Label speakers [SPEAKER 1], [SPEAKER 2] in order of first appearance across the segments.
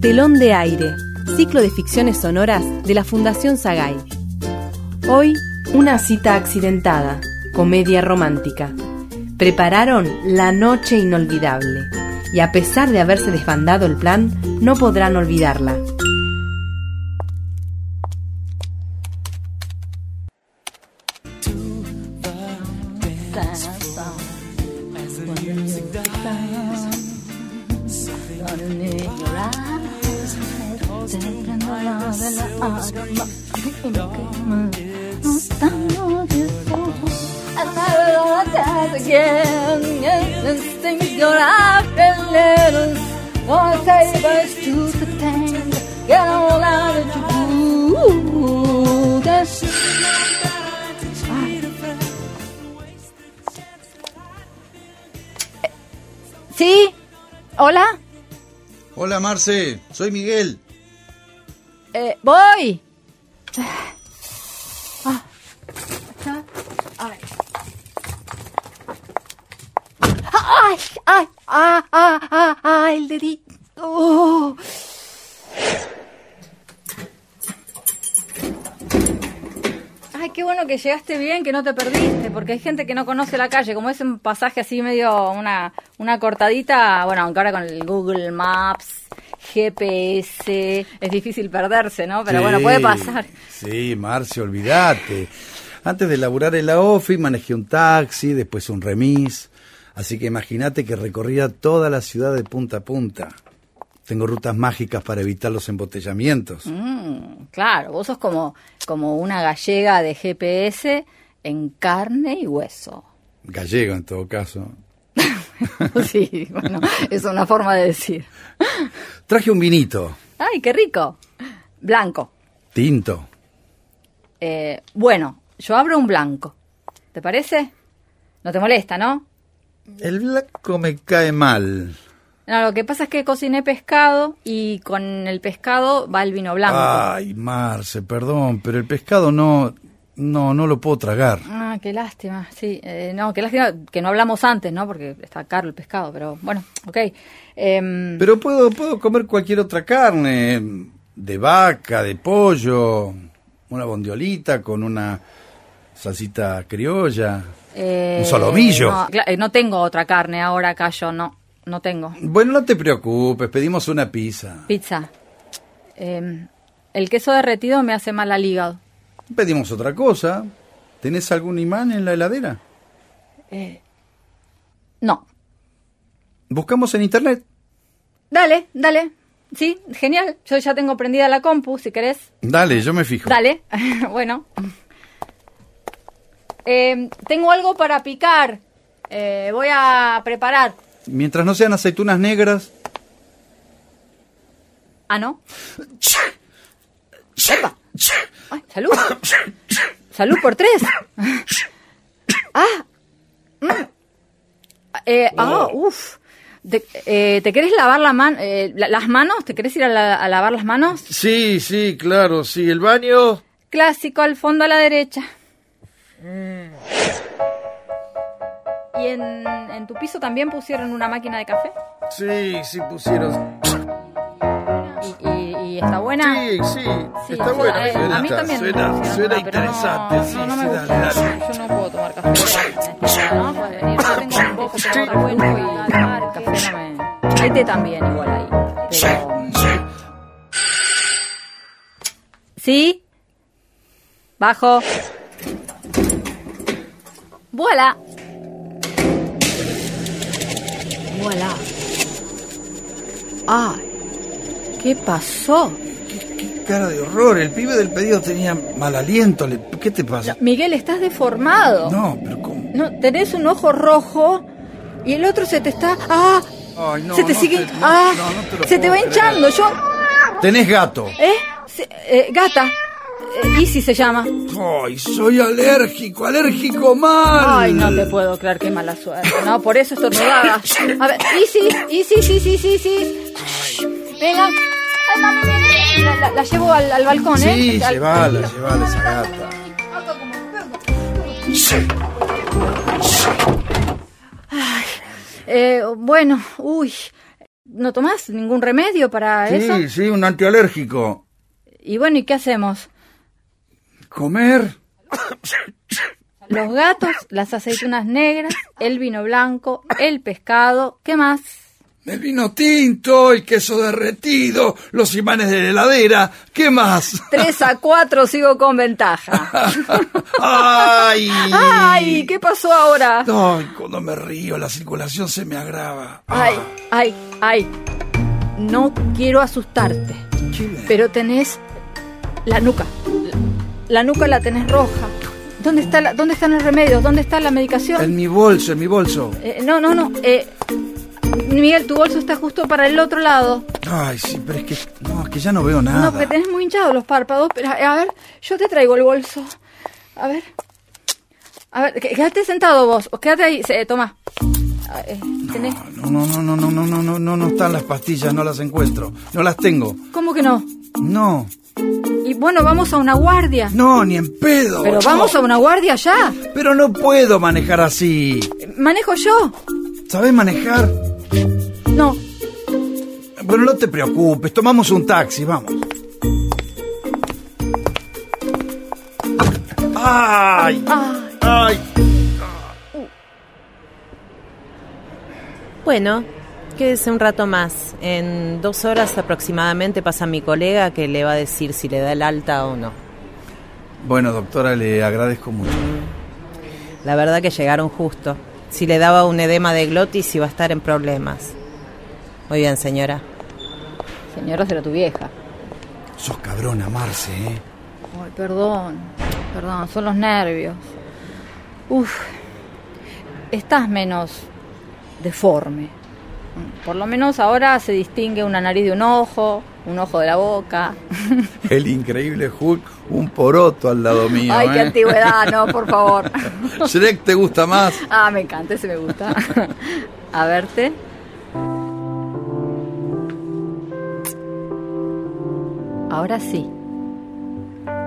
[SPEAKER 1] Telón de Aire, ciclo de ficciones sonoras de la Fundación Sagay. Hoy, una cita accidentada, comedia romántica. Prepararon la noche inolvidable y a pesar de haberse desbandado el plan, no podrán olvidarla.
[SPEAKER 2] ¿Sí? ¿Hola?
[SPEAKER 3] Hola Marce, soy Miguel.
[SPEAKER 2] Eh, voy. Ah, ¡Ay! ¡Ay! ¡Ah! ¡Ah! ¡Ah! ¡Ah! ¡El dedito! Oh. Ay, qué bueno que llegaste bien, que no te perdiste, porque hay gente que no conoce la calle, como es un pasaje así medio una, una cortadita, bueno, aunque ahora con el Google Maps, GPS, es difícil perderse, ¿no? Pero bueno,
[SPEAKER 3] Sí,
[SPEAKER 2] puede pasar.
[SPEAKER 3] Sí, Marce, olvídate. Antes de laburar en la OFI manejé un taxi, después un remis. Así que imagínate que recorría toda la ciudad de punta a punta. Tengo rutas mágicas para evitar los embotellamientos.
[SPEAKER 2] Mm, claro, vos sos como, como una gallega de GPS en carne y hueso.
[SPEAKER 3] Gallego en todo caso.
[SPEAKER 2] Sí, bueno, es una forma de decir.
[SPEAKER 3] Traje un vinito,
[SPEAKER 2] ¡Ay, qué rico! Blanco.
[SPEAKER 3] tinto.
[SPEAKER 2] Eh, bueno, yo abro un blanco. ¿Te parece? No te molesta, ¿no?
[SPEAKER 3] El blanco me cae mal.
[SPEAKER 2] No, lo que pasa es que cociné pescado y con el pescado va el vino blanco. Ah,
[SPEAKER 3] Ay, Marce, perdón, pero el pescado no, no, no lo puedo tragar.
[SPEAKER 2] Ah, qué lástima, sí. eh, no, qué lástima que no hablamos antes, ¿no? Porque está caro el pescado, pero bueno, ok. Em,
[SPEAKER 3] Pero puedo, puedo comer cualquier otra carne, de vaca, de pollo, una bondiolita con una salsita criolla.
[SPEAKER 2] eh,
[SPEAKER 3] un solomillo.
[SPEAKER 2] No, cla- eh, no tengo otra carne ahora acá yo, no. No tengo.
[SPEAKER 3] Bueno, no te preocupes, pedimos una pizza.
[SPEAKER 2] Pizza. Em, el queso derretido me hace mal al hígado.
[SPEAKER 3] Pedimos otra cosa. ¿Tenés algún imán en la heladera?
[SPEAKER 2] Eh, No.
[SPEAKER 3] Buscamos en internet.
[SPEAKER 2] Dale, dale. Sí, genial. Yo ya tengo prendida la compu, si querés.
[SPEAKER 3] Dale, yo me fijo.
[SPEAKER 2] Dale. bueno. Em, tengo algo para picar. Eh, voy a preparar.
[SPEAKER 3] Mientras no sean aceitunas negras.
[SPEAKER 2] Ah, ¿no? Epa. Ay, salud. Salud por tres. Ah. Mm. Eh, ah, uf. Te, eh, ¿te querés lavar la man- eh, la- las manos? ¿Te querés ir a, la- a lavar las manos?
[SPEAKER 4] Sí, sí, claro, sí. El baño.
[SPEAKER 2] Clásico, al fondo a la derecha. Mm. ¿Y en, en tu piso también pusieron una máquina de café?
[SPEAKER 4] Sí, sí pusieron.
[SPEAKER 2] ¿Y, y- y está buena?
[SPEAKER 4] Sí, sí.
[SPEAKER 2] Sí,
[SPEAKER 4] está
[SPEAKER 2] sí,
[SPEAKER 4] bueno.
[SPEAKER 2] a-
[SPEAKER 4] suena,
[SPEAKER 2] a mí también. me
[SPEAKER 4] Suena,
[SPEAKER 2] funciona,
[SPEAKER 4] suena
[SPEAKER 2] pero no-
[SPEAKER 4] interesante.
[SPEAKER 2] no,
[SPEAKER 4] sí,
[SPEAKER 2] no me
[SPEAKER 4] sí,
[SPEAKER 2] gusta.
[SPEAKER 4] dale, dale.
[SPEAKER 2] Yo no puedo tomar café. No, Puede venir. Yo tengo un poco que
[SPEAKER 4] Sí.
[SPEAKER 2] tomar vuelvo y tomar café no me... Este también igual ahí. Pero... ¿Sí? Bajo. Vuela. Vuela. Ay, ¿qué pasó?
[SPEAKER 3] Qué cara de horror. El pibe del pedido tenía mal aliento. Le- ¿Qué te pasa?
[SPEAKER 2] Miguel, estás deformado.
[SPEAKER 3] No, pero ¿cómo?
[SPEAKER 2] No, tenés un ojo rojo y el otro se te está. ¡Ah!
[SPEAKER 3] Ay, no,
[SPEAKER 2] se te
[SPEAKER 3] no
[SPEAKER 2] sigue.
[SPEAKER 3] te- no,
[SPEAKER 2] ¡Ah!
[SPEAKER 3] no, no te lo
[SPEAKER 2] se te
[SPEAKER 3] puedo
[SPEAKER 2] va
[SPEAKER 3] creer.
[SPEAKER 2] hinchando. Yo.
[SPEAKER 3] Tenés gato.
[SPEAKER 2] ¿Eh? Se- eh, gata. Eh, Isi se llama.
[SPEAKER 3] Ay, soy alérgico, alérgico mal.
[SPEAKER 2] Ay, no te puedo creer, qué mala suerte. No, por eso estornudaba. A ver, Isis, Isis, sí, sí, sí, sí. Venga. Ay, mami, vení. La, la- la llevo al, al balcón, ¿eh?
[SPEAKER 3] Sí,
[SPEAKER 2] Al-
[SPEAKER 3] llevala, llevala esa gata.
[SPEAKER 2] Eh, bueno, uy. no tomás ningún remedio para
[SPEAKER 3] Sí,
[SPEAKER 2] eso.
[SPEAKER 3] sí, un antialérgico.
[SPEAKER 2] Y bueno, ¿y qué hacemos?
[SPEAKER 3] Comer.
[SPEAKER 2] Los gatos, las aceitunas negras, el vino blanco, el pescado, ¿qué más?
[SPEAKER 3] El vino tinto, el queso derretido, los imanes de la heladera. ¿Qué más?
[SPEAKER 2] 3 a 4 sigo con ventaja.
[SPEAKER 3] ¡Ay!
[SPEAKER 2] ¡Ay! ¿Qué pasó ahora?
[SPEAKER 3] Ay, cuando me río la circulación se me agrava. Ah,
[SPEAKER 2] ¡Ay, ay, ay! No quiero asustarte, pero tenés la nuca. La nuca la tenés roja. ¿Dónde, está la- dónde están los remedios? ¿Dónde está la medicación?
[SPEAKER 3] En mi bolso, en mi bolso.
[SPEAKER 2] Eh, no, no, no. eh, Miguel, tu bolso está justo para el otro lado.
[SPEAKER 3] Ay, sí, pero es que, no, es que ya no veo
[SPEAKER 2] No,
[SPEAKER 3] nada.
[SPEAKER 2] porque tenés muy hinchados los párpados. Pero, eh, a ver, yo te traigo el bolso. A ver. A ver, que- quédate sentado vos. o Quédate ahí. se- eh, toma. Ah, eh, tenés-
[SPEAKER 3] No, no, no, no, no, no, no, no, no, no están las pastillas, no las encuentro. No las tengo.
[SPEAKER 2] ¿Cómo que no?
[SPEAKER 3] No,
[SPEAKER 2] Y bueno, vamos a una guardia.
[SPEAKER 3] no, ni en pedo.
[SPEAKER 2] Pero
[SPEAKER 3] No.
[SPEAKER 2] vamos a una guardia ya.
[SPEAKER 3] Pero no puedo manejar así.
[SPEAKER 2] ¿Manejo yo?
[SPEAKER 3] ¿Sabés manejar?
[SPEAKER 2] No.
[SPEAKER 3] Bueno, no te preocupes, tomamos un taxi, vamos. ¡Ay!
[SPEAKER 2] Ah,
[SPEAKER 4] ¡Ay!
[SPEAKER 5] Bueno, quédese un rato más. En dos horas aproximadamente pasa mi colega que le va a decir si le da el alta o no.
[SPEAKER 3] Bueno, doctora, le agradezco mucho.
[SPEAKER 5] La verdad que llegaron justo. Si le daba un edema de glotis iba a estar en problemas. Muy bien, señora.
[SPEAKER 2] señora, será tu vieja.
[SPEAKER 3] Sos cabrona, Marce, ¿eh?
[SPEAKER 2] Ay, perdón. Perdón, son los nervios. Uf. Estás menos deforme. Por lo menos ahora se distingue una nariz de un ojo, un ojo de la boca.
[SPEAKER 3] El increíble Hulk, un poroto al lado mío.
[SPEAKER 2] Ay, qué
[SPEAKER 3] ¿eh?
[SPEAKER 2] antigüedad, no, por favor.
[SPEAKER 3] Shrek te gusta más.
[SPEAKER 2] Ah, me encanta, ese me gusta. A verte. Ahora sí.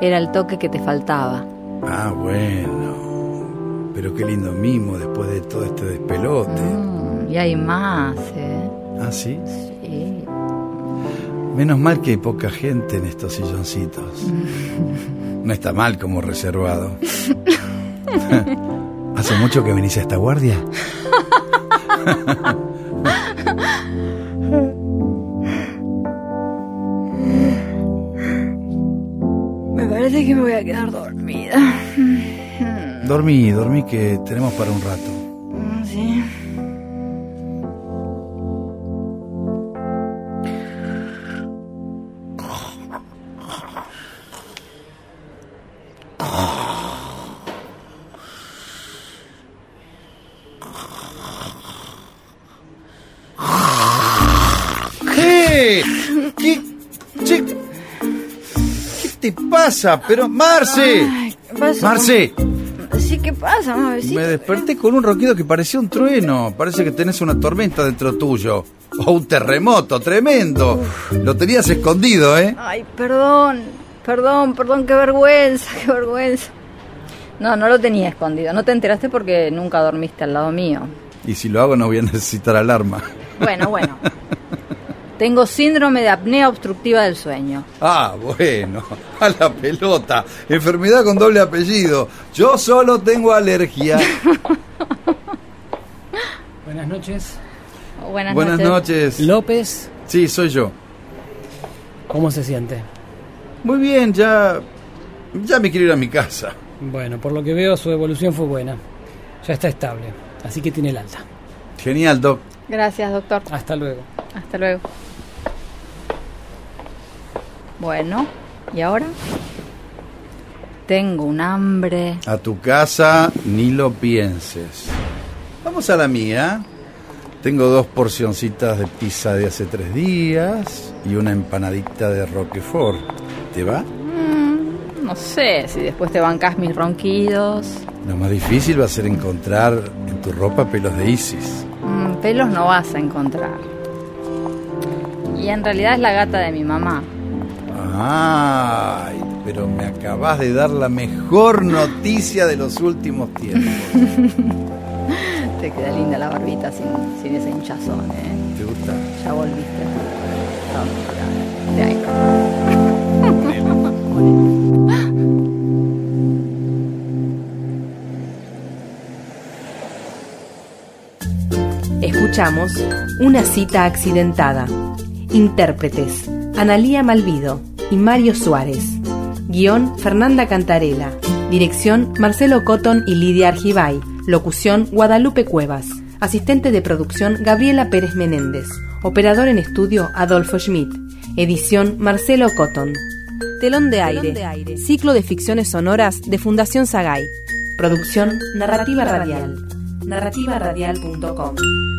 [SPEAKER 2] Era el toque que te faltaba.
[SPEAKER 3] Ah, bueno. Pero qué lindo mimo después de todo este despelote.
[SPEAKER 2] Mm, y hay más, ¿eh?
[SPEAKER 3] Ah, sí.
[SPEAKER 2] Sí.
[SPEAKER 3] Menos mal que hay poca gente en estos silloncitos. No está mal como reservado. ¿Hace mucho que venís a esta guardia?
[SPEAKER 2] Me parece que me voy a quedar dormida.
[SPEAKER 3] Dormí, dormí que tenemos para un rato.
[SPEAKER 2] Mm, Sí.
[SPEAKER 3] ¿Qué? ¿Qué? Che, ¿Qué te pasa? Pero, Marce.
[SPEAKER 2] Ay, ¿qué pasa?
[SPEAKER 3] Marce,
[SPEAKER 2] Sí, ¿qué pasa,
[SPEAKER 3] me
[SPEAKER 2] mavecito?
[SPEAKER 3] desperté con un ronquido que parecía un trueno. Parece que tenés una tormenta dentro tuyo. O un terremoto tremendo. Lo tenías escondido, ¿eh?
[SPEAKER 2] Ay, perdón, perdón, perdón, qué vergüenza, qué vergüenza. No, no lo tenía escondido. No te enteraste porque nunca dormiste al lado mío.
[SPEAKER 3] Y si lo hago no voy a necesitar alarma.
[SPEAKER 2] Bueno, bueno. Tengo síndrome de apnea obstructiva del sueño.
[SPEAKER 3] Ah, bueno, a la pelota. Enfermedad con doble apellido. Yo solo tengo alergia.
[SPEAKER 6] Buenas noches.
[SPEAKER 2] Buenas,
[SPEAKER 3] Buenas
[SPEAKER 2] noches.
[SPEAKER 3] noches.
[SPEAKER 6] López,
[SPEAKER 3] Sí, soy yo.
[SPEAKER 6] ¿cómo se siente?
[SPEAKER 3] Muy bien, ya. Ya me quiero ir a mi casa.
[SPEAKER 6] Bueno, por lo que veo su evolución fue buena. Ya está estable, así que tiene el alta.
[SPEAKER 3] Genial, Doc.
[SPEAKER 2] Gracias, doctor.
[SPEAKER 6] Hasta luego.
[SPEAKER 2] Hasta luego. Bueno, ¿y ahora? Tengo un hambre.
[SPEAKER 3] A tu casa ni lo pienses. Vamos a la mía. Tengo dos porcioncitas de pizza de hace tres días y una empanadita de Roquefort. ¿Te va?
[SPEAKER 2] No sé si después te bancas mis ronquidos.
[SPEAKER 3] Lo más difícil va a ser encontrar en tu ropa pelos de Isis.
[SPEAKER 2] Mm, pelos no vas a encontrar. Y en realidad es la gata de mi mamá.
[SPEAKER 3] Ay, pero me acabas de dar la mejor noticia de los últimos tiempos.
[SPEAKER 2] Te te queda linda la barbita sin, sin ese hinchazón, ¿eh?
[SPEAKER 3] ¿Te gusta?
[SPEAKER 2] Ya volviste. No, de ahí.
[SPEAKER 1] Escuchamos Una cita accidentada. Intérpretes: Analía Malvido y Mario Suárez. Guión: Fernanda Cantarela. Dirección: Marcelo Cotton y Lidia Argibay. Locución: Guadalupe Cuevas. Asistente de producción: Gabriela Pérez Menéndez. Operador en estudio: Adolfo Schmidt. Edición: Marcelo Cotton. Telón de aire. Ciclo de ficciones sonoras de Fundación Sagay. Producción Narrativa Radial. Narrativaradial.com.